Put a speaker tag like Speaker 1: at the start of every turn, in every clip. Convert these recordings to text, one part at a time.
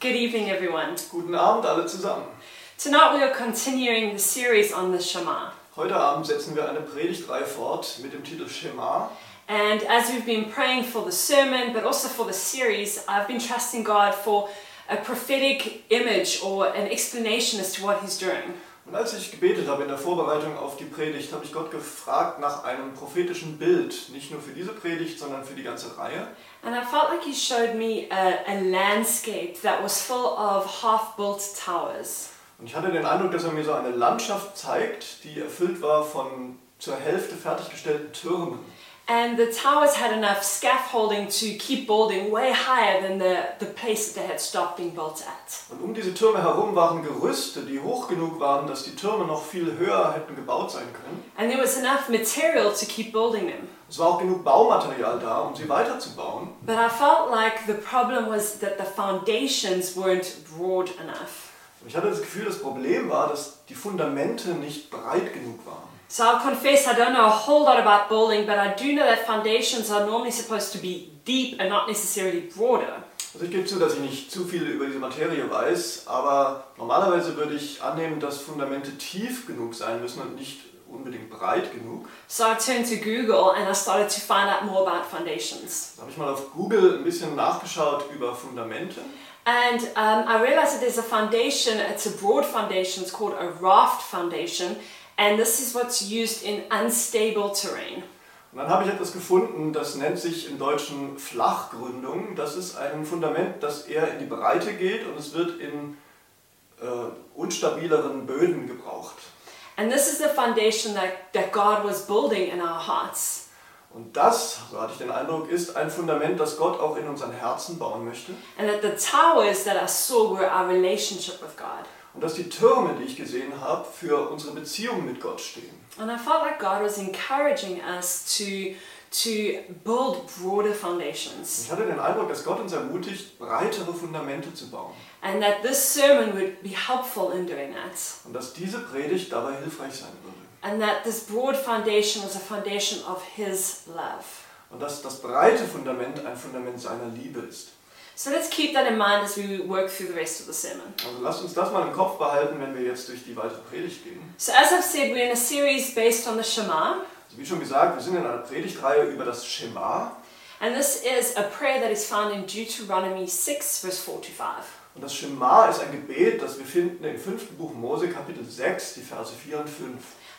Speaker 1: Good evening, everyone.
Speaker 2: Guten Abend alle zusammen.
Speaker 1: Tonight we are continuing the series on the Shema.
Speaker 2: Heute Abend setzen wir eine Predigtreihe fort mit dem Titel Schema.
Speaker 1: And as we've been praying for the sermon, but also for the series, I've been trusting God for a prophetic image or an explanation as to what He's doing.
Speaker 2: Und als ich gebetet habe in der Vorbereitung auf die Predigt, habe ich Gott gefragt nach einem prophetischen Bild, nicht nur für diese Predigt, sondern für die ganze Reihe.
Speaker 1: And I felt like He showed me a, a landscape that was full of half built towers.
Speaker 2: Und ich hatte den Eindruck, dass er mir so eine Landschaft zeigt, die erfüllt war von zur Hälfte fertiggestellten Türmen.
Speaker 1: And the towers had enough scaffolding to keep building way higher than the, the place that they had stopped being built at.
Speaker 2: Und um diese Türme herum waren Gerüste, die hoch genug waren, dass die Türme noch viel höher hätten gebaut sein können.
Speaker 1: And there was enough material to keep building them.
Speaker 2: Es war auch genug Baumaterial da, um sie weiterzubauen.
Speaker 1: But I felt like the problem was that the foundations weren't broad enough.
Speaker 2: Und Ich hatte das Gefühl, das Problem war, dass die Fundamente nicht breit genug waren.
Speaker 1: So I'll confess I don't know a whole lot about building, but I do know that foundations are normally supposed to be deep and not necessarily broader.
Speaker 2: Also ich gebe zu, dass ich nicht zu viel über diese Materie weiß, aber normalerweise würde ich annehmen, dass Fundamente tief genug sein müssen und nicht unbedingt breit genug.
Speaker 1: So I turned to Google and I started to find out more about foundations.
Speaker 2: Da habe ich mal auf Google ein bisschen nachgeschaut über Fundamente.
Speaker 1: And um, I realized that there's a foundation, it's a broad foundation, it's called a raft foundation, and this is what's used in unstable terrain.
Speaker 2: Und dann habe ich etwas gefunden, das nennt sich im Deutschen Flachgründung. Das ist ein Fundament, das eher in die Breite geht und es wird in äh, unstabileren Böden gebraucht.
Speaker 1: And this is the foundation that, that God was building in our hearts.
Speaker 2: Und das, so hatte ich den Eindruck, ist ein Fundament, das Gott auch in unseren Herzen bauen möchte.
Speaker 1: And that the towers that I saw were our relationship with God.
Speaker 2: Und dass die Türme, die ich gesehen habe, für unsere Beziehung mit Gott stehen.
Speaker 1: And I felt like God was encouraging us to, to build broader foundations.
Speaker 2: Ich hatte den Eindruck, dass Gott uns ermutigt, breitere Fundamente zu bauen.
Speaker 1: And that this sermon would be helpful in doing that.
Speaker 2: Und dass diese Predigt dabei hilfreich sein würde.
Speaker 1: And that this broad foundation was a foundation of His love.
Speaker 2: Und dass das breite Fundament ein Fundament seiner Liebe ist.
Speaker 1: So let's keep that in mind as we work through the rest of the sermon.
Speaker 2: Also lasst uns das mal im Kopf behalten, wenn wir jetzt durch die weitere Predigt gehen.
Speaker 1: So, as I've said, we're in a series based on the Shema.
Speaker 2: Also wie schon gesagt, wir sind in einer Predigtreihe über das Schema.
Speaker 1: And this is a prayer that is found in Deuteronomy 6, verse 4 to 5.
Speaker 2: Und das Schema ist ein Gebet, das wir finden im fünften Buch Mose, Kapitel 6, die Verse 4 und 5.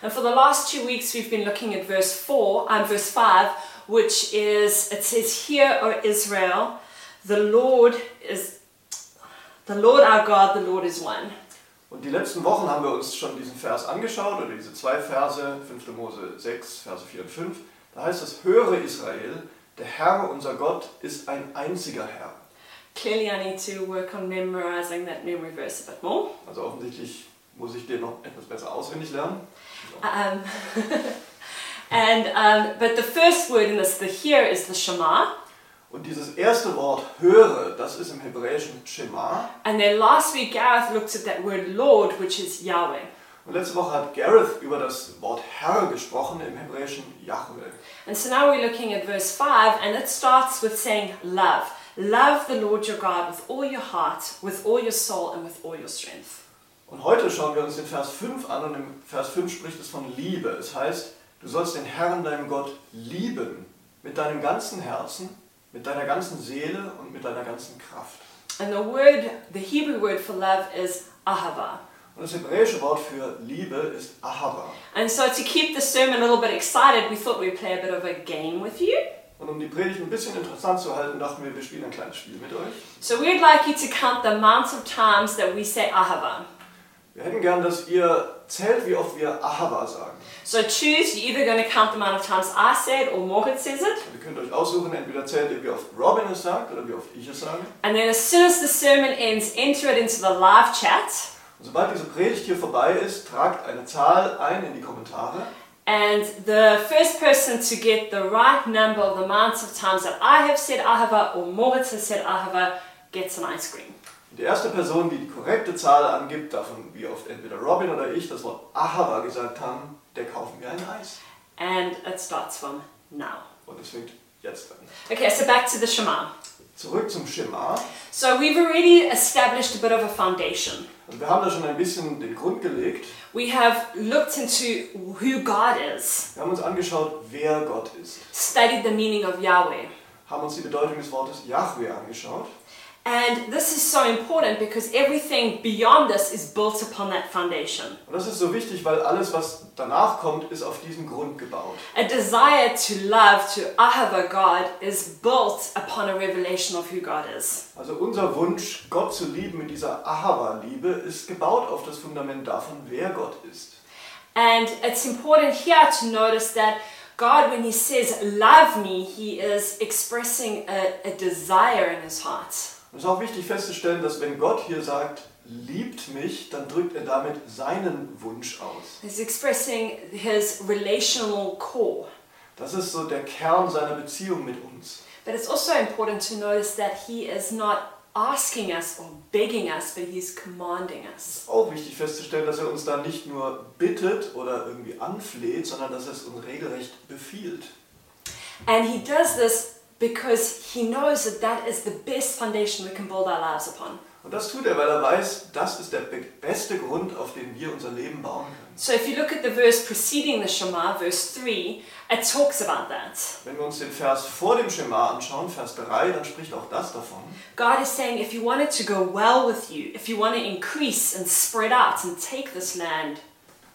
Speaker 1: And for the last two weeks, we've been looking at verse 4 and verse 5, which is it says, Hear, O Israel, the Lord is the Lord our God, the Lord is one.
Speaker 2: Und die letzten Wochen haben wir uns schon diesen Vers angeschaut, oder diese zwei Verse, 5. Mose 6, Verse 4 und 5. Da heißt es, höre Israel, der Herr, unser Gott, ist ein einziger Herr.
Speaker 1: Clearly, I need to work on memorizing that memory verse a bit more.
Speaker 2: Also offensichtlich muss ich den noch etwas besser auswendig lernen.
Speaker 1: Um, and um, but the first word in this, the here, is the Shema.
Speaker 2: Und dieses erste Wort, höre, das ist im hebräischen Shema.
Speaker 1: And then last week, Gareth looked at that word Lord, which is Yahweh.
Speaker 2: Und letzte Woche hat Gareth über das Wort Herr gesprochen, im hebräischen Yahweh.
Speaker 1: And so now we're looking at verse 5, and it starts with saying, Love. Love the Lord your God with all your heart, with all your soul, and with all your strength.
Speaker 2: Und heute schauen wir uns den Vers 5 an und im Vers 5 spricht es von Liebe. Es heißt, du sollst den Herrn, deinem Gott, lieben. Mit deinem ganzen Herzen, mit deiner ganzen Seele und mit deiner ganzen Kraft.
Speaker 1: And the word, the Hebrew word for love is ahava.
Speaker 2: Und das hebräische Wort für Liebe ist Ahava.
Speaker 1: And so to keep the sermon a little bit excited, we thought we'd play a bit of a game with you.
Speaker 2: Und um die Predigt ein bisschen interessant zu halten, dachten wir, wir spielen ein kleines Spiel mit euch.
Speaker 1: So we'd like you to count the amount of times that we say ahava.
Speaker 2: Wir hätten gern, dass ihr zählt, wie oft wir Ahava sagen.
Speaker 1: So choose, you're either going to count the amount of times I say it or Morgan says it.
Speaker 2: Und ihr könnt euch aussuchen, entweder zählt ihr, wie oft Robin es sagt oder wie oft ich es sage.
Speaker 1: And then as soon as the sermon ends, enter it into the live chat.
Speaker 2: Und sobald diese Predigt hier vorbei ist, tragt eine Zahl ein in die Kommentare.
Speaker 1: And the first person to get the right number of the amounts of times that I have said Ahava or Moritz has said Ahava gets an ice cream.
Speaker 2: Die erste Person, die die korrekte Zahl angibt, davon wie oft entweder Robin oder ich das Wort Ahava gesagt haben, der kaufen wir ein Eis.
Speaker 1: And it starts from now.
Speaker 2: Und es fängt jetzt an.
Speaker 1: Okay, so back to the Shema.
Speaker 2: Zurück zum Schema.
Speaker 1: So we've already established a bit of a foundation.
Speaker 2: Also wir haben da schon ein bisschen den Grund gelegt.
Speaker 1: We have looked into who God is,
Speaker 2: Wir haben uns angeschaut, wer Gott ist.
Speaker 1: studied the meaning of Yahweh.
Speaker 2: Haben uns die Bedeutung des Wortes Yahweh angeschaut.
Speaker 1: And this is so important because everything beyond this is built upon that foundation.
Speaker 2: Und das ist so wichtig, weil alles, was danach kommt, ist auf diesen Grund gebaut.
Speaker 1: A desire to love, to ahava God, is built upon a revelation of who God is.
Speaker 2: Also unser Wunsch, Gott zu lieben mit dieser Ahava-Liebe, ist gebaut auf das Fundament davon, wer Gott ist.
Speaker 1: And it's important here to notice that God, when He says, Love me, He is expressing a, a desire in His heart.
Speaker 2: Und es ist auch wichtig festzustellen, dass wenn Gott hier sagt, liebt mich, dann drückt er damit seinen Wunsch aus.
Speaker 1: He's expressing His relational core.
Speaker 2: Das ist so der Kern seiner Beziehung mit uns.
Speaker 1: But it's also important to notice that He is not asking us or begging us, but He's commanding us.
Speaker 2: Es ist auch wichtig festzustellen, dass er uns da nicht nur bittet oder irgendwie anfleht, sondern dass er es uns regelrecht befiehlt.
Speaker 1: And He does this because He knows that that is the best foundation we can build our lives upon.
Speaker 2: Und das tut er, weil er weiß, das ist der be- beste Grund, auf den wir unser Leben bauen können.
Speaker 1: So if you look at the verse preceding the Shema, verse 3, it talks about that.
Speaker 2: Wenn wir uns den Vers vor dem Schema anschauen, Vers 3, dann spricht auch das davon.
Speaker 1: God is saying, if you want it to go well with you, if you want to increase and spread out and take this land,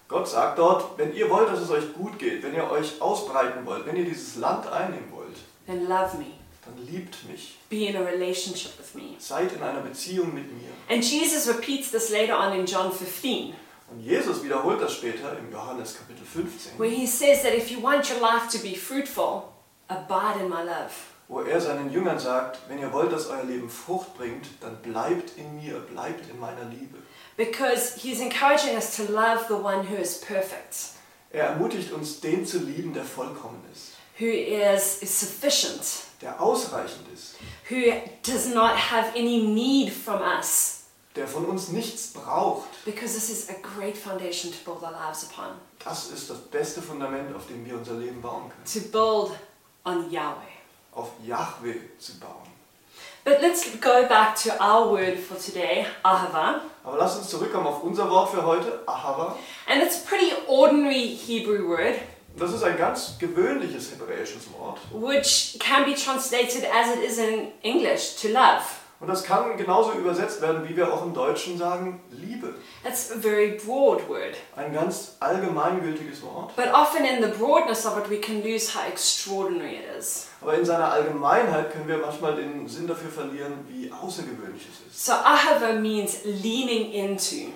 Speaker 2: Gott sagt dort, wenn ihr wollt, dass es euch gut geht, wenn ihr euch ausbreiten wollt, wenn ihr dieses Land einnehmen wollt,
Speaker 1: then love me.
Speaker 2: dann liebt mich,
Speaker 1: Be in a relationship with me.
Speaker 2: seid in einer Beziehung mit mir.
Speaker 1: And Jesus repeats this later on in John 15,
Speaker 2: Und Jesus wiederholt das später im Johannes Kapitel 15,
Speaker 1: where he says that if you want your life to be fruitful, abide in my love.
Speaker 2: wo er seinen Jüngern sagt, wenn ihr wollt, dass euer Leben Frucht bringt, dann bleibt in mir, bleibt in meiner Liebe.
Speaker 1: Because he's encouraging us to love the one who is perfect,
Speaker 2: Er ermutigt uns, den zu lieben, der vollkommen ist,
Speaker 1: who is, is sufficient,
Speaker 2: der ausreichend ist,
Speaker 1: who does not have any need from us.
Speaker 2: der von uns nichts braucht.
Speaker 1: Because this is a great foundation to build our lives upon,
Speaker 2: Das ist das beste Fundament, auf dem wir unser Leben bauen können.
Speaker 1: to build on Yahweh.
Speaker 2: Auf Yahweh zu bauen.
Speaker 1: But let's go back to our word for today, ahava.
Speaker 2: Aber lasst uns zurückkommen auf unser Wort für heute, Ahava.
Speaker 1: And it's a pretty ordinary Hebrew word,
Speaker 2: Das ist ein ganz gewöhnliches hebräisches Wort.
Speaker 1: which can be translated as it is in English, to love.
Speaker 2: Und das kann genauso übersetzt werden, wie wir auch im Deutschen sagen, Liebe.
Speaker 1: That's a very broad word.
Speaker 2: Ein ganz allgemeingültiges Wort.
Speaker 1: But often in the broadness of it, we can lose how extraordinary it is.
Speaker 2: Aber in seiner Allgemeinheit können wir manchmal den Sinn dafür verlieren, wie außergewöhnlich es ist.
Speaker 1: So ahava means leaning into,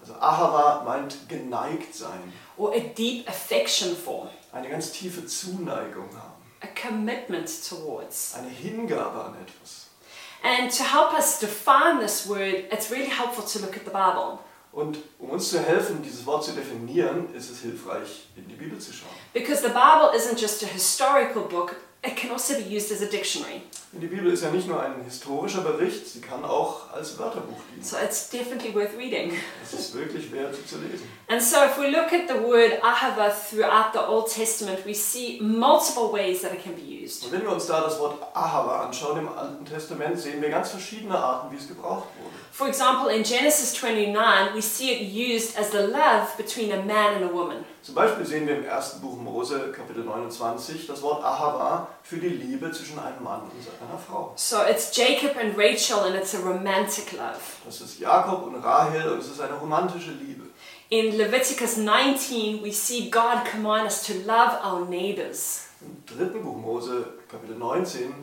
Speaker 2: Also Ahava meint geneigt sein.
Speaker 1: or a deep affection for,
Speaker 2: Eine ganz tiefe Zuneigung haben.
Speaker 1: a commitment towards.
Speaker 2: Eine Hingabe an etwas.
Speaker 1: And to help us define this word, it's really helpful to look at the Bible.
Speaker 2: Und um uns zu helfen, dieses Wort zu definieren, ist es hilfreich, in die Bibel zu schauen.
Speaker 1: Because the Bible isn't just a historical book, it can also be used as a dictionary.
Speaker 2: Denn die Bibel ist ja nicht nur ein historischer Bericht, sie kann auch als Wörterbuch dienen.
Speaker 1: So it's definitely worth reading.
Speaker 2: Es ist wirklich wert sie zu lesen.
Speaker 1: And so if we look at the word ahava throughout the Old Testament, we see multiple ways that it can be used.
Speaker 2: Und wenn wir uns da das Wort Ahava anschauen im Alten Testament, sehen wir ganz verschiedene Arten, wie es gebraucht wurde.
Speaker 1: For example, in Genesis 29, we see it used as the love between a man and a woman.
Speaker 2: Zum Beispiel sehen wir im ersten Buch Mose, Kapitel 29, das Wort Ahava für die Liebe zwischen einem Mann und einer Frau.
Speaker 1: So it's Jacob and Rachel, and it's a romantic love.
Speaker 2: Das ist Jakob und Rahel und es ist eine romantische Liebe.
Speaker 1: In Leviticus 19, we see God command us to love our neighbors.
Speaker 2: Im dritten Buch Mose, Kapitel 19,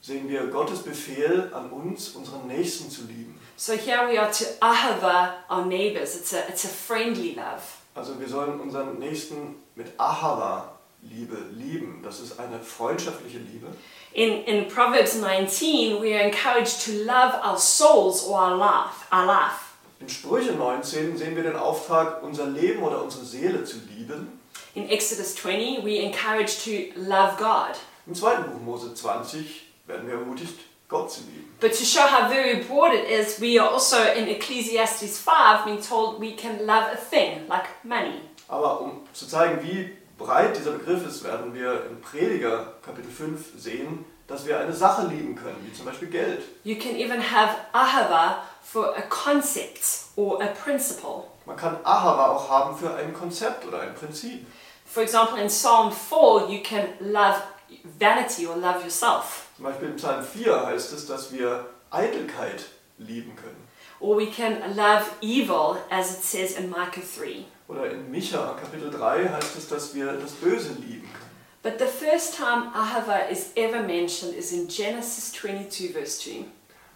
Speaker 2: sehen wir Gottes Befehl an uns, unseren Nächsten zu lieben.
Speaker 1: So here we are to ahava our neighbors. It's a, it's a friendly love.
Speaker 2: Also wir sollen unseren Nächsten mit Ahava Liebe lieben. Das ist eine freundschaftliche Liebe.
Speaker 1: In, in Proverbs 19, we are encouraged to love our souls or our life, our life.
Speaker 2: In Sprüche 19 sehen wir den Auftrag, unser Leben oder unsere Seele zu lieben.
Speaker 1: In Exodus 20, we are encouraged to love God.
Speaker 2: Im zweiten Buch Mose 20 werden wir ermutigt, Gott zu lieben.
Speaker 1: But to show how very broad it is, we are also in Ecclesiastes 5 being told we can love a thing like money.
Speaker 2: Aber um zu zeigen, wie breit dieser Begriff ist, werden wir in Prediger Kapitel 5 sehen, dass wir eine Sache lieben können, wie zum Beispiel Geld.
Speaker 1: You can even have ahava for a concept or a principle.
Speaker 2: Man kann Ahava auch haben für ein Konzept oder ein Prinzip.
Speaker 1: For example, in Psalm 4, you can love vanity or love yourself.
Speaker 2: Zum Beispiel im Psalm 4 heißt es, dass wir Eitelkeit lieben können.
Speaker 1: Or we can love evil, as it says in Micah 3.
Speaker 2: Oder in Micha Kapitel 3 heißt es, dass wir das Böse lieben können.
Speaker 1: But the first time ahava is ever mentioned is in Genesis 22, verse 2.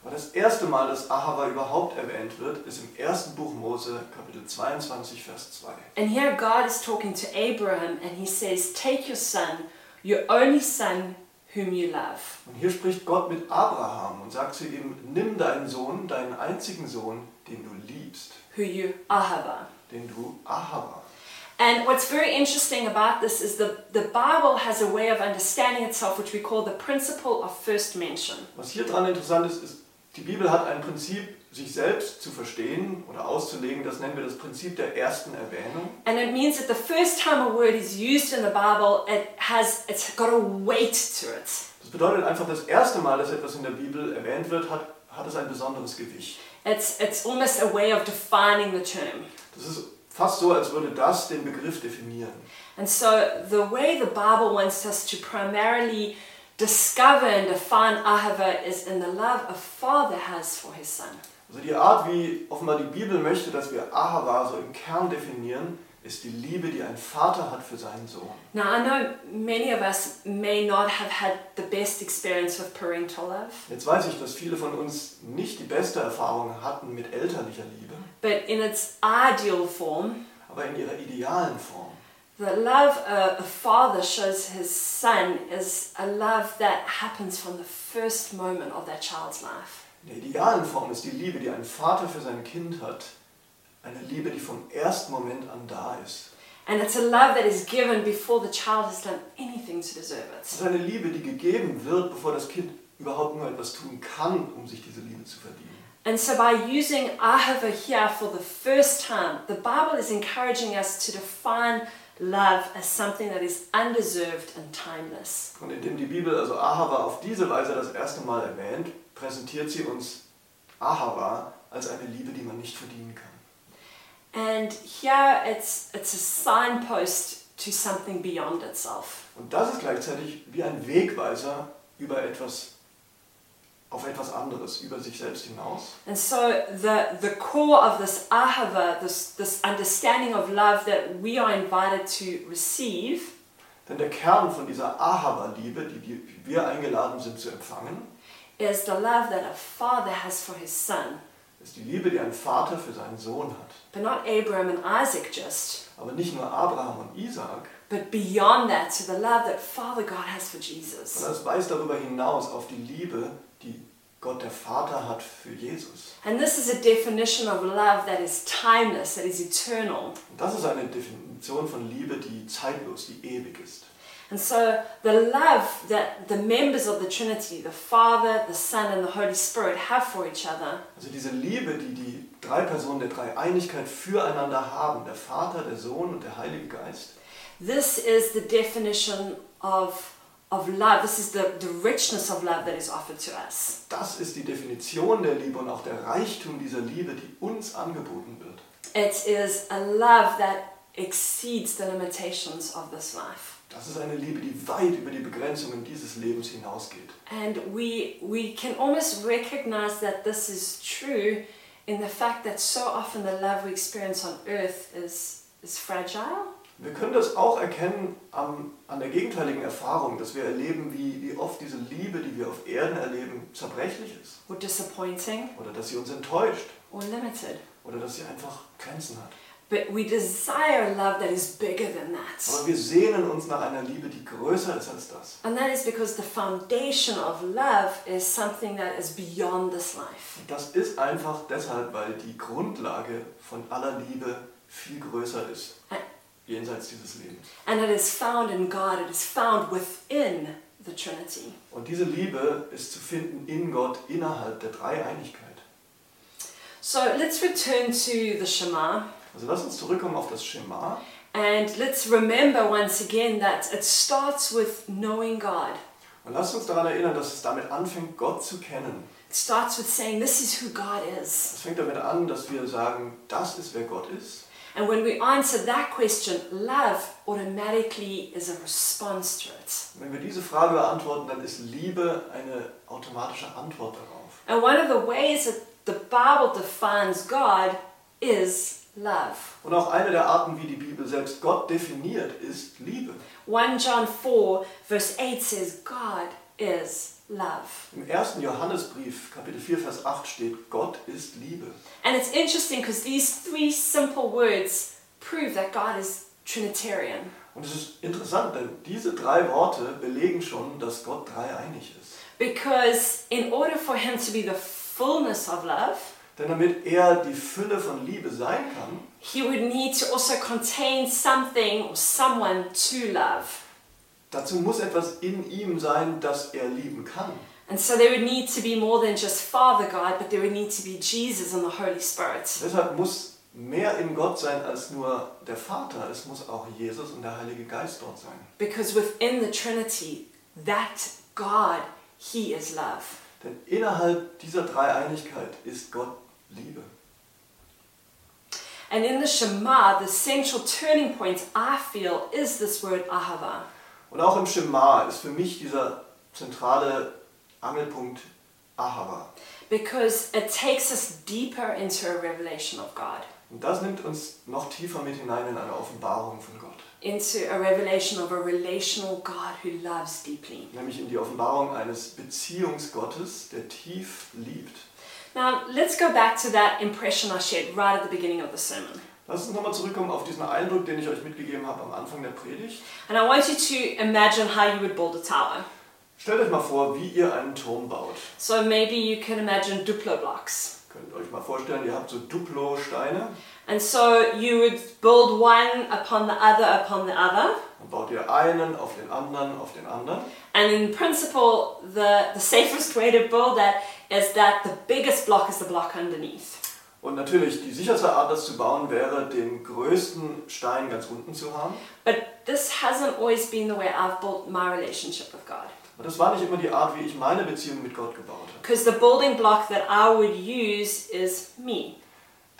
Speaker 2: Aber das erste Mal, dass Ahava überhaupt erwähnt wird, ist im ersten Buch Mose Kapitel 22 Vers 2.
Speaker 1: And here God is talking to Abraham and he says, Take your son, your only son, whom you love.
Speaker 2: Und hier spricht Gott mit Abraham und sagt zu ihm, nimm deinen Sohn, deinen einzigen Sohn, den du liebst,
Speaker 1: who you ahava.
Speaker 2: den du Ahava.
Speaker 1: And what's very interesting about this is the, the Bible has a way of understanding itself, which we call the principle of first mention.
Speaker 2: Was hier dran interessant ist, ist, die Bibel hat ein Prinzip, sich selbst zu verstehen oder auszulegen, das nennen wir das Prinzip der ersten Erwähnung.
Speaker 1: And it means that the first time a word is used in the Bible, it has it's got a weight to it.
Speaker 2: Das bedeutet einfach, das erste Mal, dass etwas in der Bibel erwähnt wird, hat, hat es ein besonderes Gewicht.
Speaker 1: It's it's almost a way of defining the term.
Speaker 2: Das ist fast so, als würde das den Begriff definieren.
Speaker 1: And so the way the Bible wants us to primarily discover and define ahava is in the love a father has for his son.
Speaker 2: Also die Art, wie offenbar die Bibel möchte, dass wir Ahava so im Kern definieren, ist die Liebe, die ein Vater hat für seinen Sohn.
Speaker 1: Now, I know many of us may not have had the best experience with parental love,
Speaker 2: Jetzt weiß ich, dass viele von uns nicht die beste Erfahrung hatten mit elterlicher Liebe,
Speaker 1: but in its ideal form,
Speaker 2: aber in ihrer idealen Form.
Speaker 1: the love a, a father shows his son is a love that happens from the first moment of that child's life.
Speaker 2: In der idealen Form ist die Liebe, die ein Vater für sein Kind hat, eine Liebe, die vom ersten Moment an da ist.
Speaker 1: And it's a love that is given before the child has done anything to deserve
Speaker 2: Es
Speaker 1: it.
Speaker 2: ist eine Liebe, die gegeben wird, bevor das Kind überhaupt nur etwas tun kann, um sich diese Liebe zu verdienen.
Speaker 1: And so, by using Ahava here for the first time, the Bible is encouraging us to define love as something that is undeserved and timeless.
Speaker 2: Und indem die Bibel also Ahava auf diese Weise das erste Mal erwähnt, präsentiert sie uns Ahava als eine Liebe, die man nicht verdienen kann.
Speaker 1: And here it's it's a signpost to something beyond itself.
Speaker 2: Und das ist gleichzeitig wie ein Wegweiser über etwas, auf etwas anderes, über sich selbst hinaus.
Speaker 1: And so the the core of this ahava, this this understanding of love that we are invited to receive,
Speaker 2: Denn der Kern von dieser Ahava-Liebe, die die wir eingeladen sind zu empfangen,
Speaker 1: is the love that a father has for his son.
Speaker 2: ist die Liebe, die ein Vater für seinen Sohn hat.
Speaker 1: But not Abraham and Isaac just,
Speaker 2: Aber nicht nur Abraham und Isaak,
Speaker 1: but beyond that to the love that Father God has for Jesus.
Speaker 2: sondern es weist darüber hinaus auf die Liebe, die Gott der Vater hat für Jesus.
Speaker 1: And this is a definition of love that is timeless, that is eternal.
Speaker 2: Und das ist eine Definition von Liebe, die zeitlos, die ewig ist.
Speaker 1: And so the love that the members of the Trinity, the Father, the Son, and the Holy Spirit have for each other,
Speaker 2: Also diese Liebe, die die drei Personen der Dreieinigkeit füreinander haben, der Vater, der Sohn und der Heilige Geist,
Speaker 1: this is the definition of, of love. This is the, the richness of love that is offered to us.
Speaker 2: das ist die Definition der Liebe und auch der Reichtum dieser Liebe, die uns angeboten wird.
Speaker 1: It is a love that exceeds the limitations of this life.
Speaker 2: Das ist eine Liebe, die weit über die Begrenzungen dieses Lebens hinausgeht.
Speaker 1: And we, we can almost recognize that this is true in the fact that so often the love we experience on earth is, is fragile.
Speaker 2: Wir können das auch erkennen am, an der gegenteiligen Erfahrung, dass wir erleben, wie, wie oft diese Liebe, die wir auf Erden erleben, zerbrechlich ist.
Speaker 1: Or disappointing
Speaker 2: Oder dass sie uns enttäuscht.
Speaker 1: or limited.
Speaker 2: Oder dass sie einfach Grenzen hat.
Speaker 1: But we desire love that is bigger than that.
Speaker 2: Aber wir sehnen uns nach einer Liebe, die größer ist als das.
Speaker 1: And that is because the foundation of love is something that is beyond this life.
Speaker 2: Und das ist einfach deshalb, weil die Grundlage von aller Liebe viel größer ist,
Speaker 1: A-
Speaker 2: jenseits dieses Lebens.
Speaker 1: And it is found in God, it is found within the Trinity.
Speaker 2: Und diese Liebe ist zu finden in Gott innerhalb der Dreieinigkeit.
Speaker 1: So let's return to the Shema
Speaker 2: Also lass uns zurückkommen auf das Schema
Speaker 1: and let's remember once again that it starts with knowing God.
Speaker 2: Und lasst uns daran erinnern, dass es damit anfängt, Gott zu kennen.
Speaker 1: It starts with saying, This is who God is.
Speaker 2: Es fängt damit an, dass wir sagen, das ist wer Gott ist.
Speaker 1: And when we answer that question, love automatically is a response to it.
Speaker 2: Und wenn wir diese Frage beantworten, dann ist Liebe eine automatische Antwort darauf.
Speaker 1: And one of the ways that the Bible defines God is love.
Speaker 2: Und auch eine der Arten, wie die Bibel selbst Gott definiert, ist Liebe.
Speaker 1: 1 John 4, verse 8 says, God is love.
Speaker 2: Im ersten Johannesbrief, Kapitel 4, Vers 8 steht, Gott ist Liebe.
Speaker 1: And it's interesting because these three simple words prove that God is Trinitarian.
Speaker 2: Und es ist interessant, denn diese drei Worte belegen schon, dass Gott dreieinig ist.
Speaker 1: Because in order for Him to be the fullness of love,
Speaker 2: Denn damit er die Fülle von Liebe sein kann,
Speaker 1: He would need to also contain something or someone to love.
Speaker 2: dazu muss etwas in ihm sein, das er lieben kann.
Speaker 1: And so there would need to be more than just Father God, but there would need to be Jesus and the Holy Spirit.
Speaker 2: Deshalb muss mehr in Gott sein als nur der Vater. Es muss auch Jesus und der Heilige Geist dort sein.
Speaker 1: Because within the Trinity, that God, He is love.
Speaker 2: Denn innerhalb dieser Dreieinigkeit ist Gott Liebe.
Speaker 1: And in the Shema, the central turning point I feel is this word Ahava.
Speaker 2: Und auch im Schema ist für mich dieser zentrale Angelpunkt Ahava.
Speaker 1: Because it takes us deeper into a revelation of God,
Speaker 2: Und das nimmt uns noch tiefer mit hinein in eine Offenbarung von Gott.
Speaker 1: into a revelation of a relational God who loves deeply.
Speaker 2: Nämlich in die Offenbarung eines Beziehungsgottes, der tief liebt.
Speaker 1: Now, let's go back to that impression I shared right at the beginning of the sermon.
Speaker 2: Lass uns nochmal zurückkommen auf diesen Eindruck, den ich euch mitgegeben habe am Anfang der Predigt.
Speaker 1: And I want you to imagine how you would build a tower.
Speaker 2: Stellt euch mal vor, wie ihr einen Turm baut.
Speaker 1: So maybe you can imagine Duplo blocks.
Speaker 2: Könnt euch mal vorstellen, ihr habt so Duplo-Steine.
Speaker 1: And so you would build one upon the other upon the other.
Speaker 2: Dann baut ihr einen auf den anderen, auf den anderen.
Speaker 1: And in principle, the, the safest way to build that is that the biggest block is the block underneath.
Speaker 2: Und natürlich, die sicherste Art, das zu bauen, wäre, den größten Stein ganz unten zu haben.
Speaker 1: But this hasn't always been the way I've built my relationship with God.
Speaker 2: Aber das war nicht immer die Art, wie ich meine Beziehung mit Gott gebaut habe.
Speaker 1: Because the building block that I would use is me.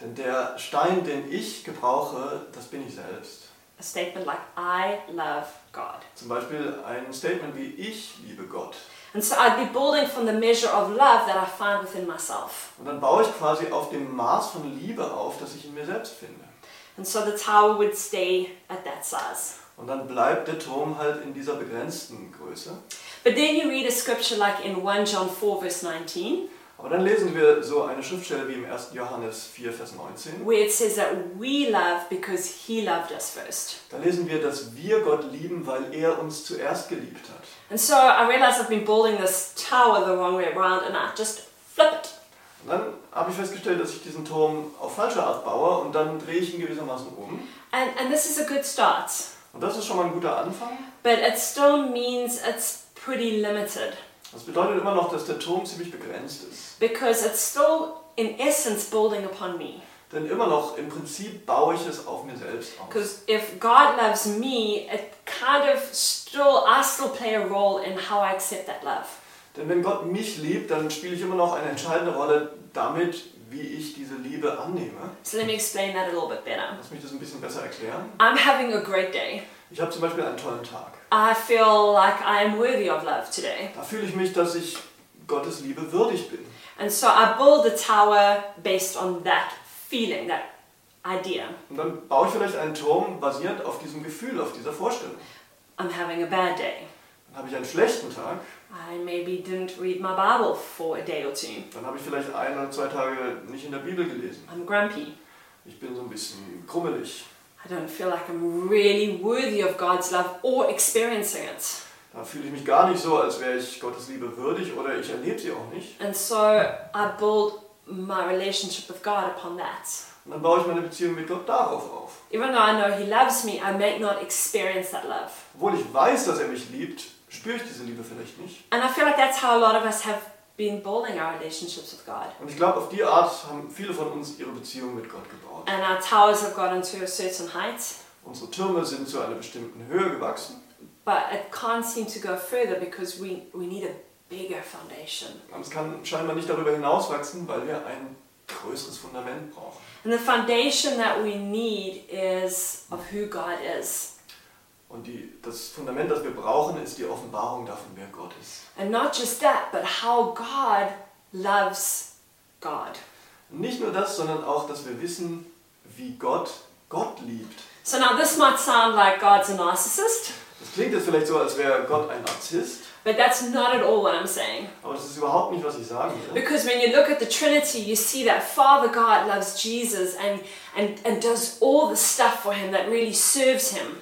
Speaker 2: Denn der Stein, den ich gebrauche, das bin ich selbst.
Speaker 1: A statement like, I love God.
Speaker 2: Zum Beispiel ein Statement wie ich liebe Gott.
Speaker 1: And so I'd be building from the measure of love that I find within myself.
Speaker 2: Und dann baue ich quasi auf dem Maß von Liebe auf, das ich in mir selbst finde.
Speaker 1: And so the tower would stay at that size.
Speaker 2: Und dann bleibt der Turm halt in dieser begrenzten Größe.
Speaker 1: But then you read a scripture like in 1 John 4, verse 19,
Speaker 2: Aber dann lesen wir so eine Schriftstelle wie im 1. Johannes 4, Vers 19.
Speaker 1: where it says that we love because he loved us first.
Speaker 2: Da lesen wir, dass wir Gott lieben, weil er uns zuerst geliebt hat.
Speaker 1: And so I realize I've been building this tower the wrong way around and I just flip it.
Speaker 2: Und dann habe ich festgestellt, dass ich diesen Turm auf falsche Art baue und dann drehe ich ihn gewissermaßen um.
Speaker 1: And, and this is a good start,
Speaker 2: Und das ist schon mal ein guter Anfang.
Speaker 1: but it still means it's pretty limited
Speaker 2: Das bedeutet immer noch, dass der Turm ziemlich begrenzt ist.
Speaker 1: because it's still, in essence, building upon me.
Speaker 2: Denn immer noch, im Prinzip baue ich es auf mir selbst auf.
Speaker 1: Because if God loves me, it kind of still, I still play a role in how I accept that love.
Speaker 2: Denn wenn Gott mich liebt, dann spiele ich immer noch eine entscheidende Rolle damit, wie ich diese Liebe annehme.
Speaker 1: So let me explain that a little bit better.
Speaker 2: Lass mich das ein bisschen besser erklären.
Speaker 1: I'm having a great day.
Speaker 2: Ich habe zum Beispiel einen tollen Tag.
Speaker 1: I feel like I am worthy of love today.
Speaker 2: Da fühle ich mich, dass ich Gottes Liebe würdig bin.
Speaker 1: And so I build a tower based on that feeling, that idea.
Speaker 2: Und dann baue ich vielleicht einen Turm basierend auf diesem Gefühl, auf dieser Vorstellung.
Speaker 1: I'm having a bad day.
Speaker 2: Dann habe ich einen schlechten Tag,
Speaker 1: I maybe didn't read my Bible for a day or two.
Speaker 2: dann habe ich vielleicht ein oder zwei Tage nicht in der Bibel gelesen.
Speaker 1: I'm grumpy.
Speaker 2: Ich bin so ein bisschen krummelig.
Speaker 1: I don't feel like I'm really worthy of God's love or experiencing it.
Speaker 2: Da fühle ich mich gar nicht so, als wäre ich Gottes Liebe würdig oder ich erlebe sie auch nicht.
Speaker 1: And so I build my relationship with God upon that.
Speaker 2: Und dann baue ich meine Beziehung mit Gott darauf auf.
Speaker 1: Even though I know He loves me, I may not experience that love.
Speaker 2: Obwohl ich weiß, dass er mich liebt, spüre ich diese Liebe vielleicht nicht.
Speaker 1: And I feel like that's how a lot of us have been building our relationships with God.
Speaker 2: Und ich glaube, auf die Art haben viele von uns ihre Beziehung mit Gott gebaut.
Speaker 1: And our towers have gotten to a certain height,
Speaker 2: Unsere Türme sind zu einer bestimmten Höhe gewachsen,
Speaker 1: but it can't seem to go further because we, we need a bigger foundation.
Speaker 2: Aber es kann scheinbar nicht darüber hinauswachsen, weil wir ein größeres Fundament brauchen.
Speaker 1: And the foundation that we need is of who God is.
Speaker 2: Und die, das Fundament, das wir brauchen, ist die Offenbarung davon, wer Gott ist.
Speaker 1: And not just that, but how God loves God.
Speaker 2: Nicht nur das, sondern auch, dass wir wissen, wie Gott Gott liebt.
Speaker 1: So now this might sound like God's a narcissist,
Speaker 2: Das klingt jetzt vielleicht so, als wäre Gott ein Narzisst,
Speaker 1: but that's not at all what I'm saying.
Speaker 2: aber das ist überhaupt nicht, was ich sagen will.
Speaker 1: Because when you look at the Trinity, you see that Father God loves Jesus and, and, and does all the stuff for him that really serves him.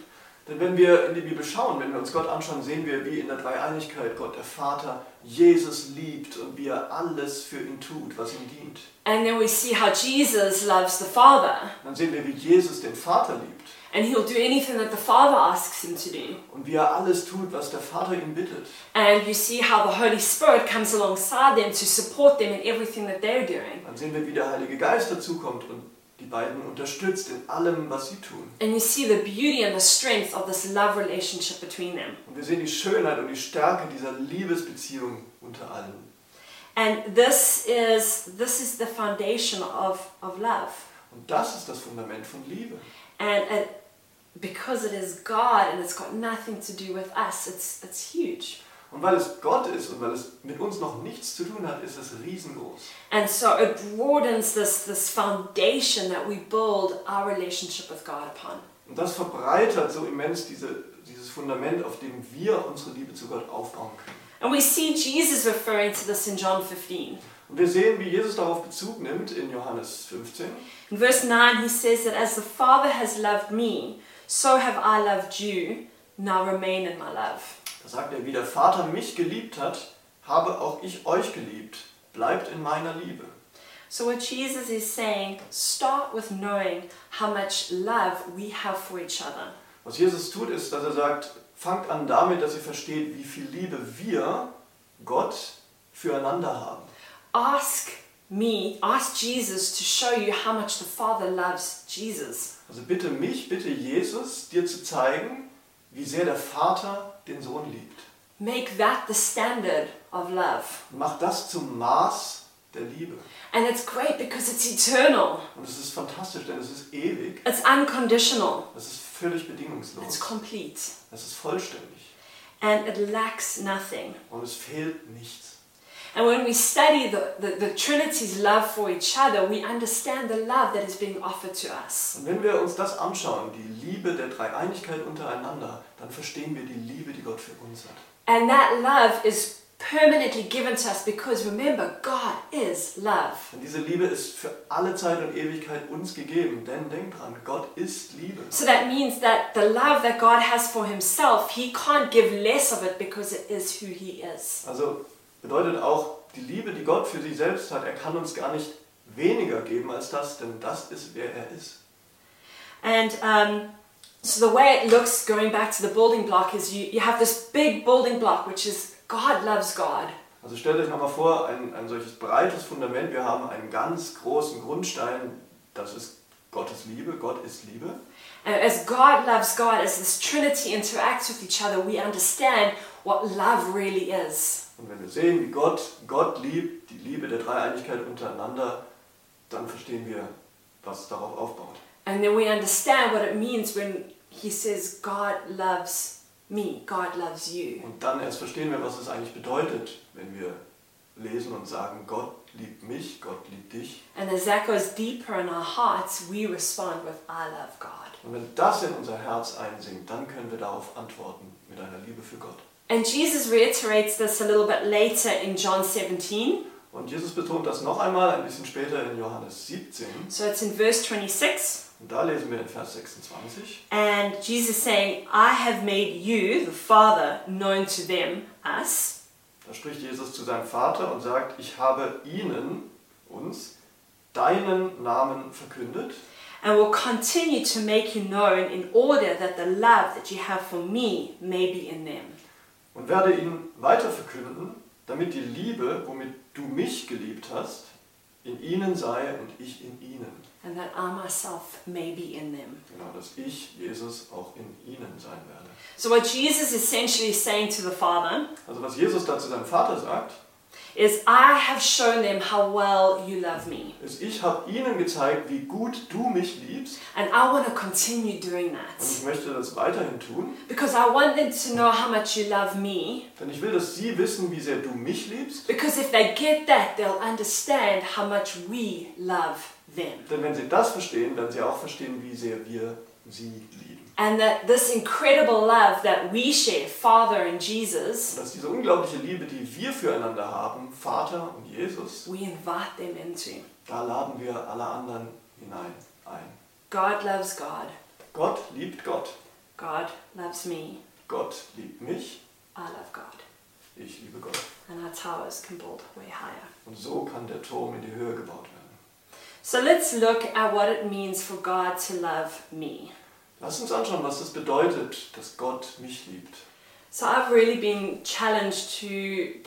Speaker 2: Denn wenn wir in die Bibel schauen, wenn wir uns Gott anschauen, sehen wir, wie in der Dreieinigkeit Gott, der Vater, Jesus liebt und wie er alles für ihn tut, was ihm dient.
Speaker 1: And then we see how Jesus loves the Father
Speaker 2: Dann sehen wir, wie Jesus den Vater liebt
Speaker 1: and he'll do anything that the Father asks him to do.
Speaker 2: und wie er alles tut, was der Vater ihn bittet.
Speaker 1: And you see how the Holy Spirit comes alongside them to support them in everything that they're doing.
Speaker 2: Dann sehen wir, wie der Heilige Geist dazukommt und die beiden unterstützt in allem, was sie tun.
Speaker 1: And you see the beauty and the strength of this love relationship between them.
Speaker 2: Und wir sehen die Schönheit und die Stärke dieser Liebesbeziehung unter allen.
Speaker 1: And this is this is the foundation of, of love.
Speaker 2: Und das ist das Fundament von Liebe.
Speaker 1: And it, because it is God and it's got nothing to do with us, it's it's huge.
Speaker 2: Und weil es Gott ist und weil es mit uns noch nichts zu tun hat, ist es riesengroß.
Speaker 1: And so it broadens this this foundation that we build our relationship with God upon.
Speaker 2: Und das verbreitert so immens diese, dieses Fundament, auf dem wir unsere Liebe zu Gott aufbauen können.
Speaker 1: And we see Jesus referring to this in John 15.
Speaker 2: Und wir sehen, wie Jesus darauf Bezug nimmt in Johannes 15.
Speaker 1: In verse 9, he says that as the Father has loved me, so have I loved you. Now remain in my love.
Speaker 2: Da sagt er, wie der Vater mich geliebt hat, habe auch ich euch geliebt. Bleibt in meiner Liebe.
Speaker 1: So, what Jesus is saying, start with knowing how much love we have for each other.
Speaker 2: Was Jesus tut, ist, dass er sagt, fangt an damit, dass ihr versteht, wie viel Liebe wir, Gott, füreinander haben.
Speaker 1: Ask me, ask Jesus to show you how much the Father loves Jesus.
Speaker 2: Also bitte mich, bitte Jesus, dir zu zeigen, wie sehr der Vater den Sohn liebt.
Speaker 1: Make that the standard of love.
Speaker 2: Und mach das zum Maß der Liebe.
Speaker 1: And it's great because it's eternal,
Speaker 2: Und es ist fantastisch, denn es ist ewig.
Speaker 1: it's unconditional,
Speaker 2: Es ist völlig
Speaker 1: it's
Speaker 2: bedingungslos.
Speaker 1: complete,
Speaker 2: Es ist vollständig.
Speaker 1: and it lacks nothing.
Speaker 2: Und es fehlt nichts.
Speaker 1: And when we study the, the, the Trinity's love for each other, we understand the love that is being offered to us.
Speaker 2: Und wenn wir uns das anschauen, die Liebe der Dreieinigkeit untereinander, dann verstehen wir die Liebe, die Gott für uns hat.
Speaker 1: And that love is permanently given to us because remember, God is love.
Speaker 2: Denn diese Liebe ist für alle Zeit und Ewigkeit uns gegeben. Denn denk dran, Gott ist Liebe.
Speaker 1: So that means that the love that God has for Himself, He can't give less of it because it is who He is.
Speaker 2: Also bedeutet auch, die Liebe, die Gott für sich selbst hat, er kann uns gar nicht weniger geben als das, denn das ist, wer er ist.
Speaker 1: And um, so the way it looks, going back to the building block, is you, you have this big building block, which is God loves God.
Speaker 2: Also stellt euch nochmal vor, ein, ein solches breites Fundament, wir haben einen ganz großen Grundstein, das ist Gottes Liebe, Gott ist Liebe.
Speaker 1: And as God loves God, as this Trinity interacts with each other, we understand what love really is.
Speaker 2: Und wenn wir sehen, wie Gott Gott liebt, die Liebe der Dreieinigkeit untereinander, dann verstehen wir, was darauf aufbaut.
Speaker 1: And then we understand what it means when he says, God loves me, God loves you.
Speaker 2: Und dann erst verstehen wir, was es eigentlich bedeutet, wenn wir lesen und sagen, Gott liebt mich, Gott liebt dich.
Speaker 1: And as that goes deeper in our hearts, we respond with, I love God.
Speaker 2: Und wenn das in unser Herz einsinkt, dann können wir darauf antworten mit einer Liebe für Gott.
Speaker 1: And Jesus reiterates this a little bit later in John 17.
Speaker 2: Und Jesus betont das noch einmal ein bisschen später in Johannes 17.
Speaker 1: So it's in verse 26.
Speaker 2: Und da lesen wir den Vers 26.
Speaker 1: And Jesus saying, I have made you, the Father, known to them, us,
Speaker 2: Da spricht Jesus zu seinem Vater und sagt, ich habe ihnen, uns, deinen Namen verkündet
Speaker 1: and will continue to make you known in order that the love that you have for me may be in them.
Speaker 2: und werde ihn weiter verkünden, damit die Liebe, womit du mich geliebt hast, in ihnen sei und ich in ihnen.
Speaker 1: and that I myself may be in them.
Speaker 2: Genau, dass ich, Jesus, auch in ihnen sein werde.
Speaker 1: So, what Jesus is essentially saying to the Father
Speaker 2: Also was Jesus da zu seinem Vater sagt,
Speaker 1: is, I have shown them how well you love me,
Speaker 2: ist, ich habe ihnen gezeigt, wie gut du mich liebst
Speaker 1: and I want to continue doing
Speaker 2: und ich
Speaker 1: that
Speaker 2: möchte das weiterhin tun,
Speaker 1: because I want them to know how much you love me.
Speaker 2: denn ich will, dass sie wissen, wie sehr du mich liebst,
Speaker 1: Because if they get that, they'll understand how much we love them.
Speaker 2: denn wenn sie das verstehen, werden sie auch verstehen, wie sehr wir sie lieben.
Speaker 1: And that this incredible love that we share, Father and Jesus,
Speaker 2: Und dass diese unglaubliche Liebe, die wir füreinander haben, Vater und Jesus,
Speaker 1: we invite them into.
Speaker 2: da laden wir alle anderen hinein ein.
Speaker 1: God loves God.
Speaker 2: Gott liebt Gott.
Speaker 1: God loves me.
Speaker 2: Gott liebt mich.
Speaker 1: I love God.
Speaker 2: Ich liebe Gott.
Speaker 1: And our towers can build way higher.
Speaker 2: Und so kann der Turm in die Höhe gebaut werden.
Speaker 1: So let's look at what it means for God to love me.
Speaker 2: Lass uns anschauen, was das bedeutet, dass Gott mich liebt.
Speaker 1: So I've really been challenged to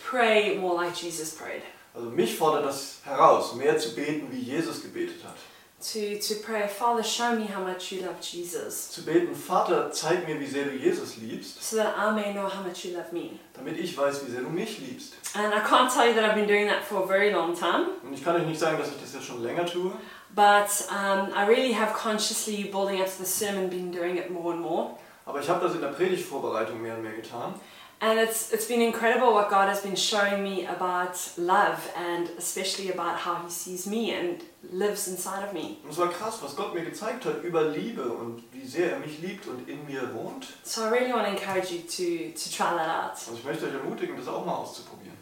Speaker 1: pray more like Jesus prayed,
Speaker 2: Also mich fordert das heraus, mehr zu beten, wie Jesus gebetet hat.
Speaker 1: to, to pray, Father, show me how much you love Jesus,
Speaker 2: Zu beten, Vater, zeig mir, wie sehr du Jesus liebst,
Speaker 1: so that I may know how much you love me.
Speaker 2: damit ich weiß, wie sehr du mich liebst.
Speaker 1: And I can't tell you that I've been doing that for a very long time,
Speaker 2: Und ich kann euch nicht sagen, dass ich das jetzt schon länger tue,
Speaker 1: but um, I really have consciously, building up to the sermon, been doing it more and more.
Speaker 2: aber ich habe das in der Predigtvorbereitung mehr und mehr getan.
Speaker 1: And it's, it's been incredible what God has been showing me about love and especially about how He sees me and lives inside of me.
Speaker 2: Und es war krass, was Gott mir gezeigt hat über Liebe und wie sehr er mich liebt und in mir wohnt.
Speaker 1: So I really want to encourage you to, to try that out.
Speaker 2: Und ich möchte euch ermutigen, das auch mal auszuprobieren.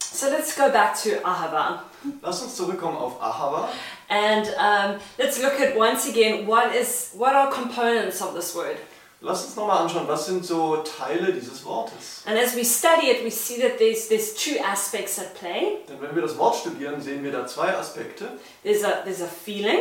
Speaker 1: So let's go back to Ahava
Speaker 2: Lasst uns zurückkommen auf Ahava
Speaker 1: and um, let's look at once again what is what are components of this word.
Speaker 2: Lass uns nochmal anschauen, was sind so Teile dieses Wortes?
Speaker 1: And as we study it, we see that there's there's two aspects at play.
Speaker 2: Denn wenn wir das Wort studieren, sehen wir da zwei Aspekte.
Speaker 1: There's a there's a feeling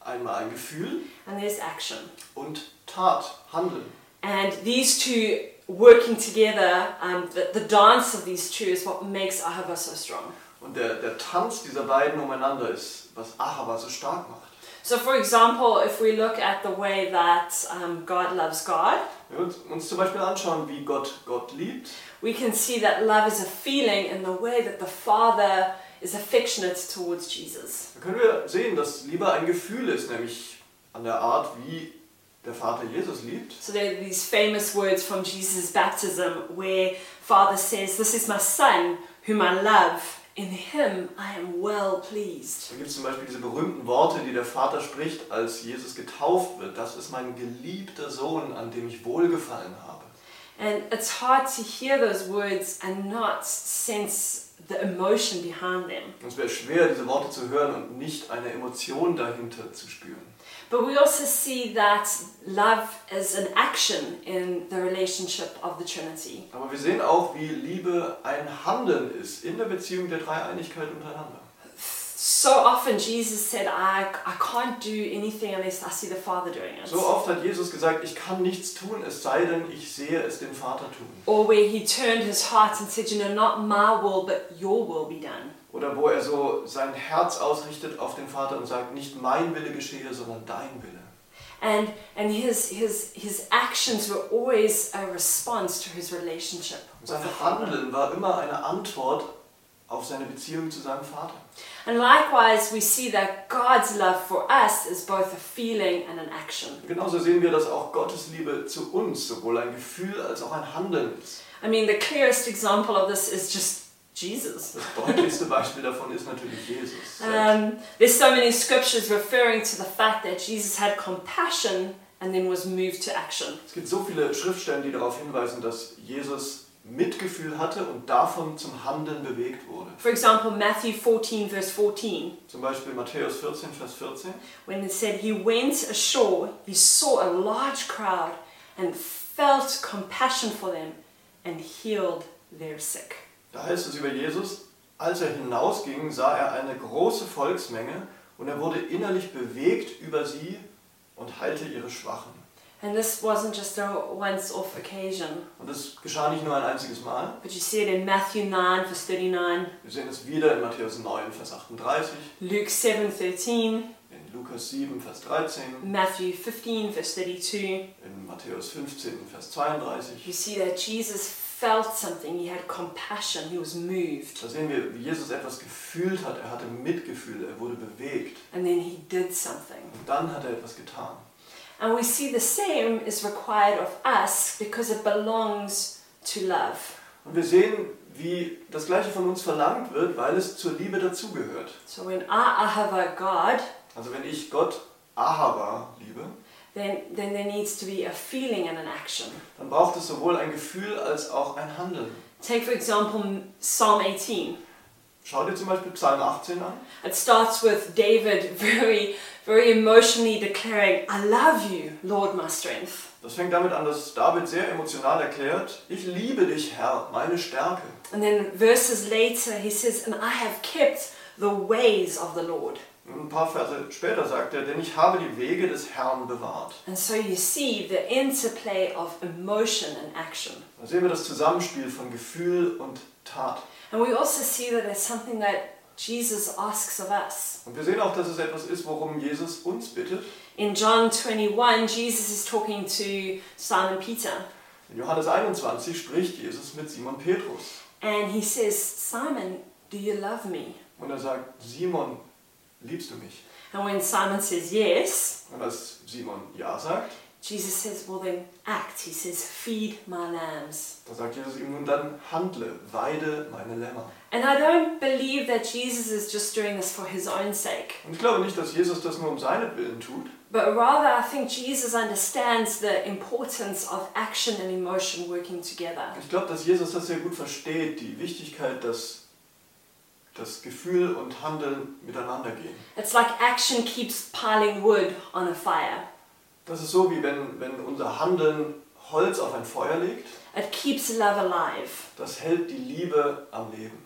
Speaker 2: Einmal ein Gefühl
Speaker 1: and there's action,
Speaker 2: und Tat, Handeln.
Speaker 1: and these two working together, um, the, the dance of these two is what makes Ahava so strong.
Speaker 2: Und der, der Tanz dieser beiden umeinander ist, was Ahava so stark macht.
Speaker 1: So, for example, if we look at the way that um, God loves God,
Speaker 2: Wenn wir uns, uns zum Beispiel anschauen, wie Gott Gott liebt,
Speaker 1: we can see that love is a feeling in the way that the Father is affectionate towards Jesus.
Speaker 2: dann können wir sehen, dass Liebe ein Gefühl ist, nämlich an der Art, wie der Vater Jesus liebt.
Speaker 1: So there are these famous words from Jesus' baptism where Father says, This is my Son whom I love. In him I am well pleased.
Speaker 2: Da gibt es zum Beispiel diese berühmten Worte, die der Vater spricht, als Jesus getauft wird. Das ist mein geliebter Sohn, an dem ich wohlgefallen habe.
Speaker 1: And it's hard to hear those words and not sense the emotion behind them.
Speaker 2: Und Es wäre schwer, diese Worte zu hören und nicht eine Emotion dahinter zu spüren.
Speaker 1: But we also see that love is an action in the relationship of the Trinity.
Speaker 2: Aber wir sehen auch, wie Liebe ein Handeln ist in der Beziehung der Dreieinigkeit untereinander.
Speaker 1: So often Jesus said, I, I can't do anything unless I see the Father doing it.
Speaker 2: So oft hat Jesus gesagt, ich kann nichts tun, es sei denn, ich sehe es den Vater tun.
Speaker 1: Or where he turned his heart and said, You know, not my will, but your will be done.
Speaker 2: Oder wo er so sein Herz ausrichtet auf den Vater und sagt, nicht mein Wille geschehe, sondern dein Wille.
Speaker 1: And, and his, his, his actions were always a response to his relationship
Speaker 2: Und
Speaker 1: with the
Speaker 2: Sein
Speaker 1: Father.
Speaker 2: Handeln war immer eine Antwort auf seine Beziehung zu seinem Vater.
Speaker 1: And likewise, we see that God's love for us is both a feeling and an action.
Speaker 2: Genauso sehen wir, dass auch Gottes Liebe zu uns sowohl ein Gefühl als auch ein Handeln ist.
Speaker 1: I mean, the clearest example of this is just Jesus.
Speaker 2: Das deutlichste Beispiel davon ist natürlich Jesus. selbst.
Speaker 1: Um, there's so many scriptures referring to the fact that Jesus had compassion and then was moved to action.
Speaker 2: Es gibt so viele Schriftstellen, die darauf hinweisen, dass Jesus Mitgefühl hatte und davon zum Handeln bewegt wurde.
Speaker 1: For example, Matthew 14, verse 14,
Speaker 2: Zum Beispiel Matthäus 14, Vers 14.
Speaker 1: when it said, He went ashore, he saw a large crowd, and felt compassion for them and healed their sick.
Speaker 2: Da heißt es über Jesus, als er hinausging, sah er eine große Volksmenge und er wurde innerlich bewegt über sie und heilte ihre Schwachen.
Speaker 1: And this wasn't just a once off occasion,
Speaker 2: Und das geschah nicht nur ein einziges Mal.
Speaker 1: but you see it in Matthew 9, verse 39,
Speaker 2: Wir sehen es wieder in Matthäus 9, Vers 38,
Speaker 1: Luke 7, 13,
Speaker 2: in Lukas Lukas 7, Vers 13,
Speaker 1: Matthew 15, verse 32,
Speaker 2: in Matthäus 15, Vers 32.
Speaker 1: you see that Jesus felt something. He had compassion. He was moved.
Speaker 2: Da sehen wir, wie Jesus etwas gefühlt hat. Er hatte Mitgefühl, er wurde bewegt.
Speaker 1: And then he did something.
Speaker 2: Und dann hat er etwas getan.
Speaker 1: And we see the same is required of us because it belongs to love.
Speaker 2: Und wir sehen, wie das Gleiche von uns verlangt wird, weil es zur Liebe dazugehört.
Speaker 1: So when I ahava God,
Speaker 2: Also wenn ich Gott Ahava liebe,
Speaker 1: then, then there needs to be a feeling and an action.
Speaker 2: dann braucht es sowohl ein Gefühl als auch ein Handeln.
Speaker 1: Take, for example, Psalm 18.
Speaker 2: Schau dir zum Beispiel Psalm 18 an.
Speaker 1: It starts with David very, very emotionally declaring, I love you, Lord, my strength.
Speaker 2: Das fängt damit an, dass David sehr emotional erklärt, ich liebe dich, Herr, meine Stärke.
Speaker 1: And then verses later, he says, And I have kept the ways of the Lord.
Speaker 2: Und ein paar Verse später sagt er, denn ich habe die Wege des Herrn bewahrt.
Speaker 1: And so you see the interplay of emotion and action.
Speaker 2: Da sehen wir das Zusammenspiel von Gefühl und Tat.
Speaker 1: And we also see that it's something that Jesus asks of us.
Speaker 2: Und wir sehen auch, dass es etwas ist, worum Jesus uns bittet.
Speaker 1: In John 21, Jesus is talking to Simon Peter.
Speaker 2: In Johannes 21 spricht Jesus mit Simon Petrus.
Speaker 1: And he says, Simon, do you love me?
Speaker 2: Und er sagt, Simon, liebst du mich?
Speaker 1: And when Simon says yes,
Speaker 2: Und als Simon Ja sagt,
Speaker 1: Jesus says, Well, then act. He says, Feed my lambs.
Speaker 2: da sagt Jesus ihm nun dann, handle, weide meine Lämmer.
Speaker 1: And I don't believe that Jesus is just doing this for his own sake,
Speaker 2: Und ich glaube nicht, dass Jesus das nur um seinetwillen tut,
Speaker 1: but rather I think Jesus understands the importance of action and emotion working together.
Speaker 2: Ich glaube, dass Jesus das sehr gut versteht, die Wichtigkeit, dass das Gefühl und Handeln miteinander gehen.
Speaker 1: It's like action keeps piling wood on a fire,
Speaker 2: Das ist so, wie wenn, wenn unser Handeln Holz auf ein Feuer legt,
Speaker 1: it keeps love alive.
Speaker 2: das hält die Liebe am Leben.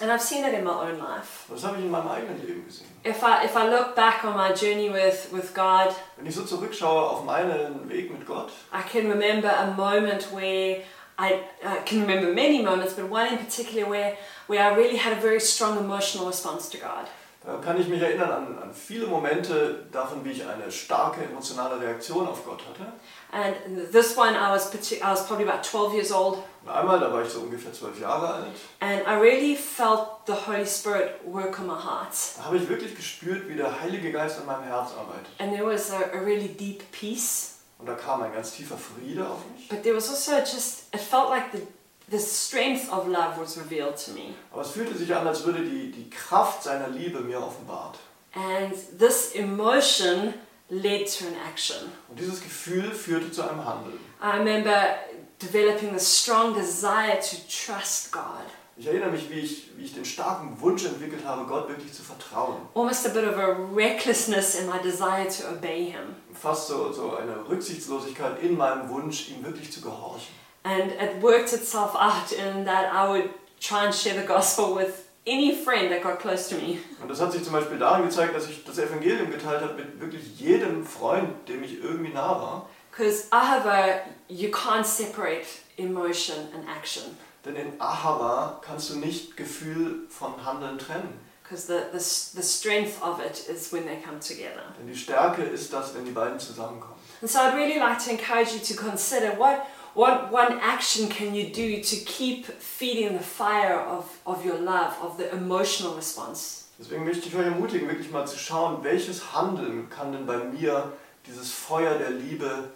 Speaker 1: And I've seen it in my own life.
Speaker 2: Das habe ich in meinem eigenen Leben gesehen.
Speaker 1: If I, if I look back on my journey with, with God,
Speaker 2: Wenn ich so zurückschaue auf meinen Weg mit Gott,
Speaker 1: I can remember a moment where I, I can remember many moments, but one in particular where, where I really had a very strong emotional response to God.
Speaker 2: da kann ich mich erinnern an, an viele Momente davon, wie ich eine starke emotionale Reaktion auf Gott hatte.
Speaker 1: And this one, I was, partic- I was probably about 12 years old,
Speaker 2: Und einmal, da war ich so ungefähr zwölf Jahre alt,
Speaker 1: and I really felt the Holy Spirit work on my heart.
Speaker 2: da habe ich wirklich gespürt, wie der Heilige Geist an meinem Herz arbeitet.
Speaker 1: And there was a, a really deep peace,
Speaker 2: Und da kam ein ganz tiefer Friede auf mich.
Speaker 1: but there was also just, it felt like the, the strength of love was revealed to me.
Speaker 2: Aber es fühlte sich an, als würde die, die Kraft seiner Liebe mir offenbart.
Speaker 1: And this emotion led to an action.
Speaker 2: Und dieses Gefühl führte zu einem Handeln.
Speaker 1: I remember developing this strong desire to trust God,
Speaker 2: Ich erinnere mich, wie ich, wie ich den starken Wunsch entwickelt habe, Gott wirklich zu vertrauen.
Speaker 1: almost a bit of a recklessness in my desire to obey Him.
Speaker 2: Fast so, so eine Rücksichtslosigkeit in meinem Wunsch, ihm wirklich zu gehorchen.
Speaker 1: And it worked itself out in that I would try and share the gospel with any friend that got close to me.
Speaker 2: Und das hat sich zum Beispiel darin gezeigt, dass ich das Evangelium geteilt habe mit wirklich jedem Freund, dem ich irgendwie nah war.
Speaker 1: Because ahava, you can't separate emotion and action.
Speaker 2: Denn in Ahava kannst du nicht Gefühl von Handeln trennen.
Speaker 1: Because the, the, s- the strength of it is when they come together.
Speaker 2: Denn die Stärke ist das, wenn die beiden zusammenkommen.
Speaker 1: And so I'd really like to encourage you to consider what, what one action can you do to keep feeding the fire of, of your love, of the emotional response.
Speaker 2: Deswegen möchte ich euch ermutigen, wirklich mal zu schauen, welches Handeln kann denn bei mir dieses Feuer der Liebe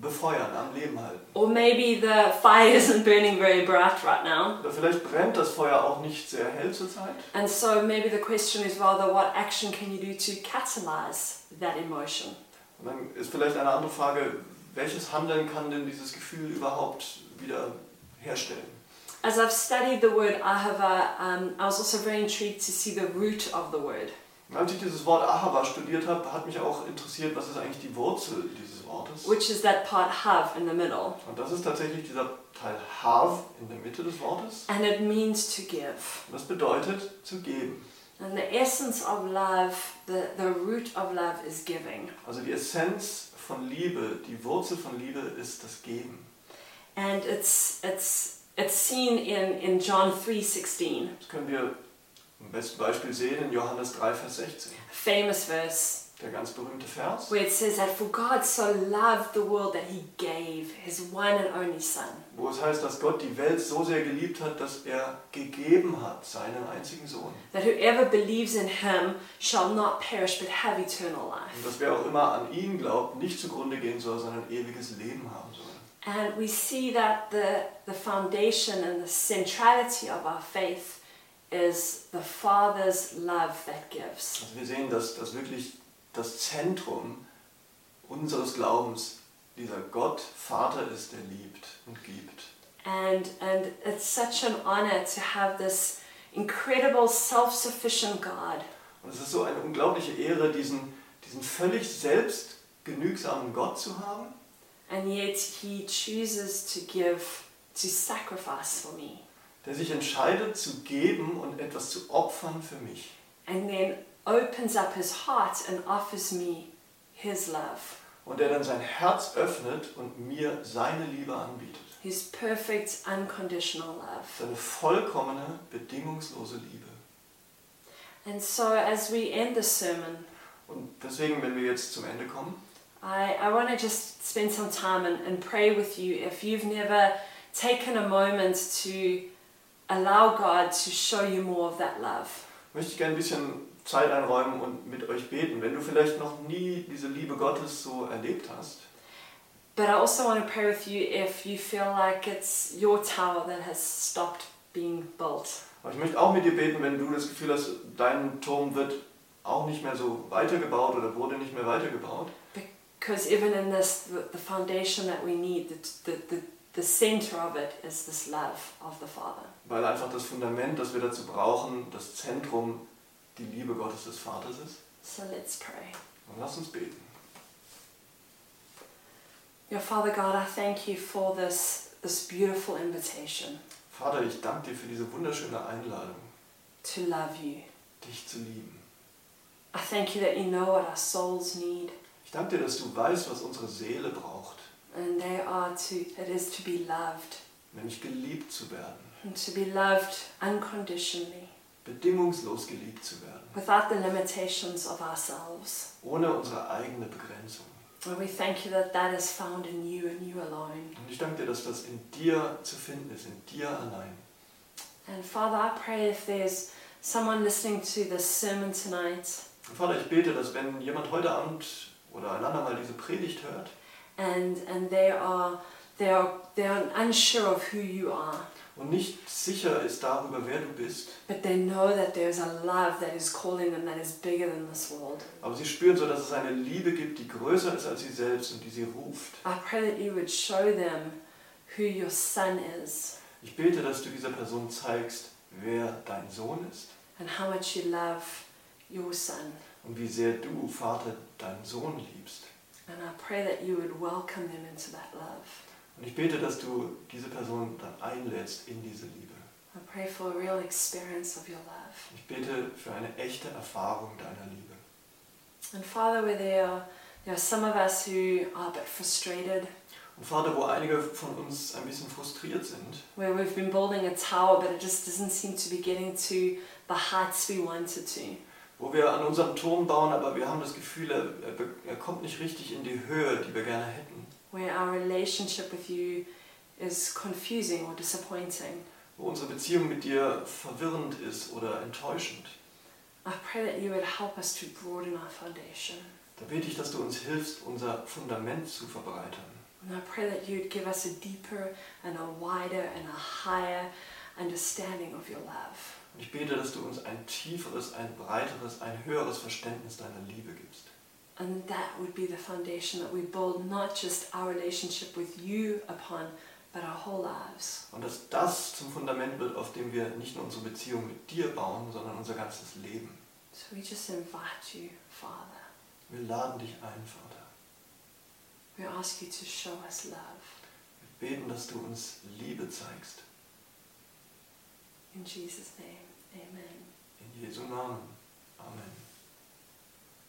Speaker 2: befeuern, am Leben halten.
Speaker 1: Or maybe the fire isn't burning very bright right now.
Speaker 2: Oder vielleicht brennt das Feuer auch nicht sehr hell zurzeit.
Speaker 1: And so maybe the question is rather what action can you do to catalyze that emotion?
Speaker 2: Und dann ist vielleicht eine andere Frage, welches Handeln kann denn dieses Gefühl überhaupt wieder herstellen?
Speaker 1: As I've studied the word ahava, um, I was also very intrigued to see the root of the word.
Speaker 2: Und als ich dieses Wort Ahava studiert habe, hat mich auch interessiert, was ist eigentlich die Wurzel dieses Wortes?
Speaker 1: which is that part have in the middle,
Speaker 2: Und das ist tatsächlich dieser Teil Hav in der Mitte des Wortes.
Speaker 1: and it means to give.
Speaker 2: Und das bedeutet zu geben.
Speaker 1: And the essence of love, the, the root of love is giving.
Speaker 2: Also die Essenz von Liebe, die Wurzel von Liebe ist das Geben.
Speaker 1: And it's, it's, it's seen in, in John 3.16.
Speaker 2: Das können wir Im besten Beispiel sehen in Johannes 3, Vers 16.
Speaker 1: famous verse
Speaker 2: Der ganz berühmte Vers,
Speaker 1: where it says that for God so loved the world that he gave his one and only son.
Speaker 2: wo es heißt, dass Gott die Welt so sehr geliebt hat, dass er gegeben hat seinen einzigen Sohn.
Speaker 1: that whoever believes in him shall not perish but have eternal life.
Speaker 2: Und dass wer auch immer an ihn glaubt, nicht zugrunde gehen soll, sondern ewiges Leben haben soll.
Speaker 1: And we see that the, the foundation and the centrality of our faith is the Father's love that gives.
Speaker 2: Also wir sehen, dass, dass wirklich das Zentrum unseres Glaubens dieser Gott, Vater ist, der liebt und gibt.
Speaker 1: And, and it's such an honor to have this incredible self sufficient God
Speaker 2: Und es ist so eine unglaubliche Ehre, diesen, diesen völlig selbstgenügsamen Gott zu haben.
Speaker 1: and yet he chooses to give, to sacrifice for me.
Speaker 2: der sich entscheidet zu geben und etwas zu opfern für mich.
Speaker 1: And then opens up his heart and offers me his love.
Speaker 2: Und der dann sein Herz öffnet und mir seine Liebe anbietet.
Speaker 1: His perfect unconditional love.
Speaker 2: Seine vollkommene, bedingungslose Liebe.
Speaker 1: And so, as we end the sermon,
Speaker 2: Und deswegen, wenn wir jetzt zum Ende kommen,
Speaker 1: I, I want to just spend some time and, and pray with you. If you've never taken a moment to allow God to show you more of that love,
Speaker 2: möchte ich gerne ein bisschen Zeit einräumen und mit euch beten. Wenn du vielleicht noch nie diese Liebe Gottes so erlebt hast,
Speaker 1: but I also want to pray with you if you feel like it's your tower that has stopped being built.
Speaker 2: aber ich möchte auch mit dir beten, wenn du das Gefühl hast, dein Turm wird auch nicht mehr so weitergebaut oder wurde nicht mehr weitergebaut.
Speaker 1: Because even in this, the, the foundation that we need, the, the, the, the center of it is this love of the Father.
Speaker 2: Weil einfach das Fundament, das wir dazu brauchen, das Zentrum, die Liebe Gottes des Vaters ist.
Speaker 1: So let's pray.
Speaker 2: Und lass uns beten.
Speaker 1: Your Father God, I thank you for this, this beautiful invitation
Speaker 2: Vater, ich danke dir für diese wunderschöne Einladung,
Speaker 1: to love you.
Speaker 2: dich zu lieben.
Speaker 1: I thank you that you know what our souls need,
Speaker 2: Ich danke dir, dass du weißt, was unsere Seele braucht,
Speaker 1: and they are to it is to be loved,
Speaker 2: nämlich geliebt zu werden,
Speaker 1: and to be loved unconditionally,
Speaker 2: bedingungslos geliebt zu werden,
Speaker 1: without the limitations of ourselves.
Speaker 2: ohne unsere eigene Begrenzung.
Speaker 1: And we thank you that that is found in you and you alone.
Speaker 2: Und ich danke dir, dass das in dir zu finden ist, in dir allein.
Speaker 1: And Father, I pray if there's someone listening to this sermon tonight
Speaker 2: Und Vater, ich bete, dass wenn jemand heute Abend oder ein andermal diese Predigt hört
Speaker 1: and and they are they are they are unsure of who you are.
Speaker 2: und nicht sicher ist darüber, wer du bist,
Speaker 1: But they know that there's a love that is calling them that is bigger than this world.
Speaker 2: Aber sie spüren so, dass es eine Liebe gibt, die größer ist als sie selbst und die sie ruft.
Speaker 1: I pray that you would show them who your son is
Speaker 2: Ich bete, dass du dieser Person zeigst, wer dein Sohn ist
Speaker 1: and how much you love your son.
Speaker 2: und wie sehr du, Vater, deinen Sohn liebst.
Speaker 1: And I pray that you would welcome them into that love.
Speaker 2: Und ich bete, dass du diese Person dann einlädst in diese Liebe.
Speaker 1: I pray for a real experience of your love.
Speaker 2: Ich bete für eine echte Erfahrung deiner Liebe.
Speaker 1: And Father, where there are, there are some of us who are a bit frustrated,
Speaker 2: Und Vater, wo einige von uns ein bisschen frustriert sind,
Speaker 1: where we've been building a tower but it just doesn't seem to be getting to the heights we wanted to.
Speaker 2: wo wir an unserem Turm bauen, aber wir haben das Gefühl, er, er, be- er kommt nicht richtig in die Höhe, die wir gerne hätten.
Speaker 1: where our relationship with you is confusing or disappointing.
Speaker 2: wo unsere Beziehung mit dir verwirrend ist oder enttäuschend.
Speaker 1: I pray that you would help us to broaden our foundation.
Speaker 2: Da bete ich, dass du uns hilfst, unser Fundament zu verbreitern.
Speaker 1: And I pray that you would give us a deeper and a wider and a higher understanding of your love.
Speaker 2: Und ich bete, dass du uns ein tieferes, ein breiteres, ein höheres Verständnis deiner Liebe gibst.
Speaker 1: And that would be the foundation that we build not just our relationship with you upon, but our whole lives.
Speaker 2: Und dass das zum Fundament wird, auf dem wir nicht nur unsere Beziehung mit dir bauen, sondern unser ganzes Leben.
Speaker 1: So we just invite you, Father.
Speaker 2: Wir laden dich ein, Vater.
Speaker 1: We ask you to show us love.
Speaker 2: Wir beten, dass du uns Liebe zeigst.
Speaker 1: In Jesus' name, amen.
Speaker 2: In Jesu Namen. Amen.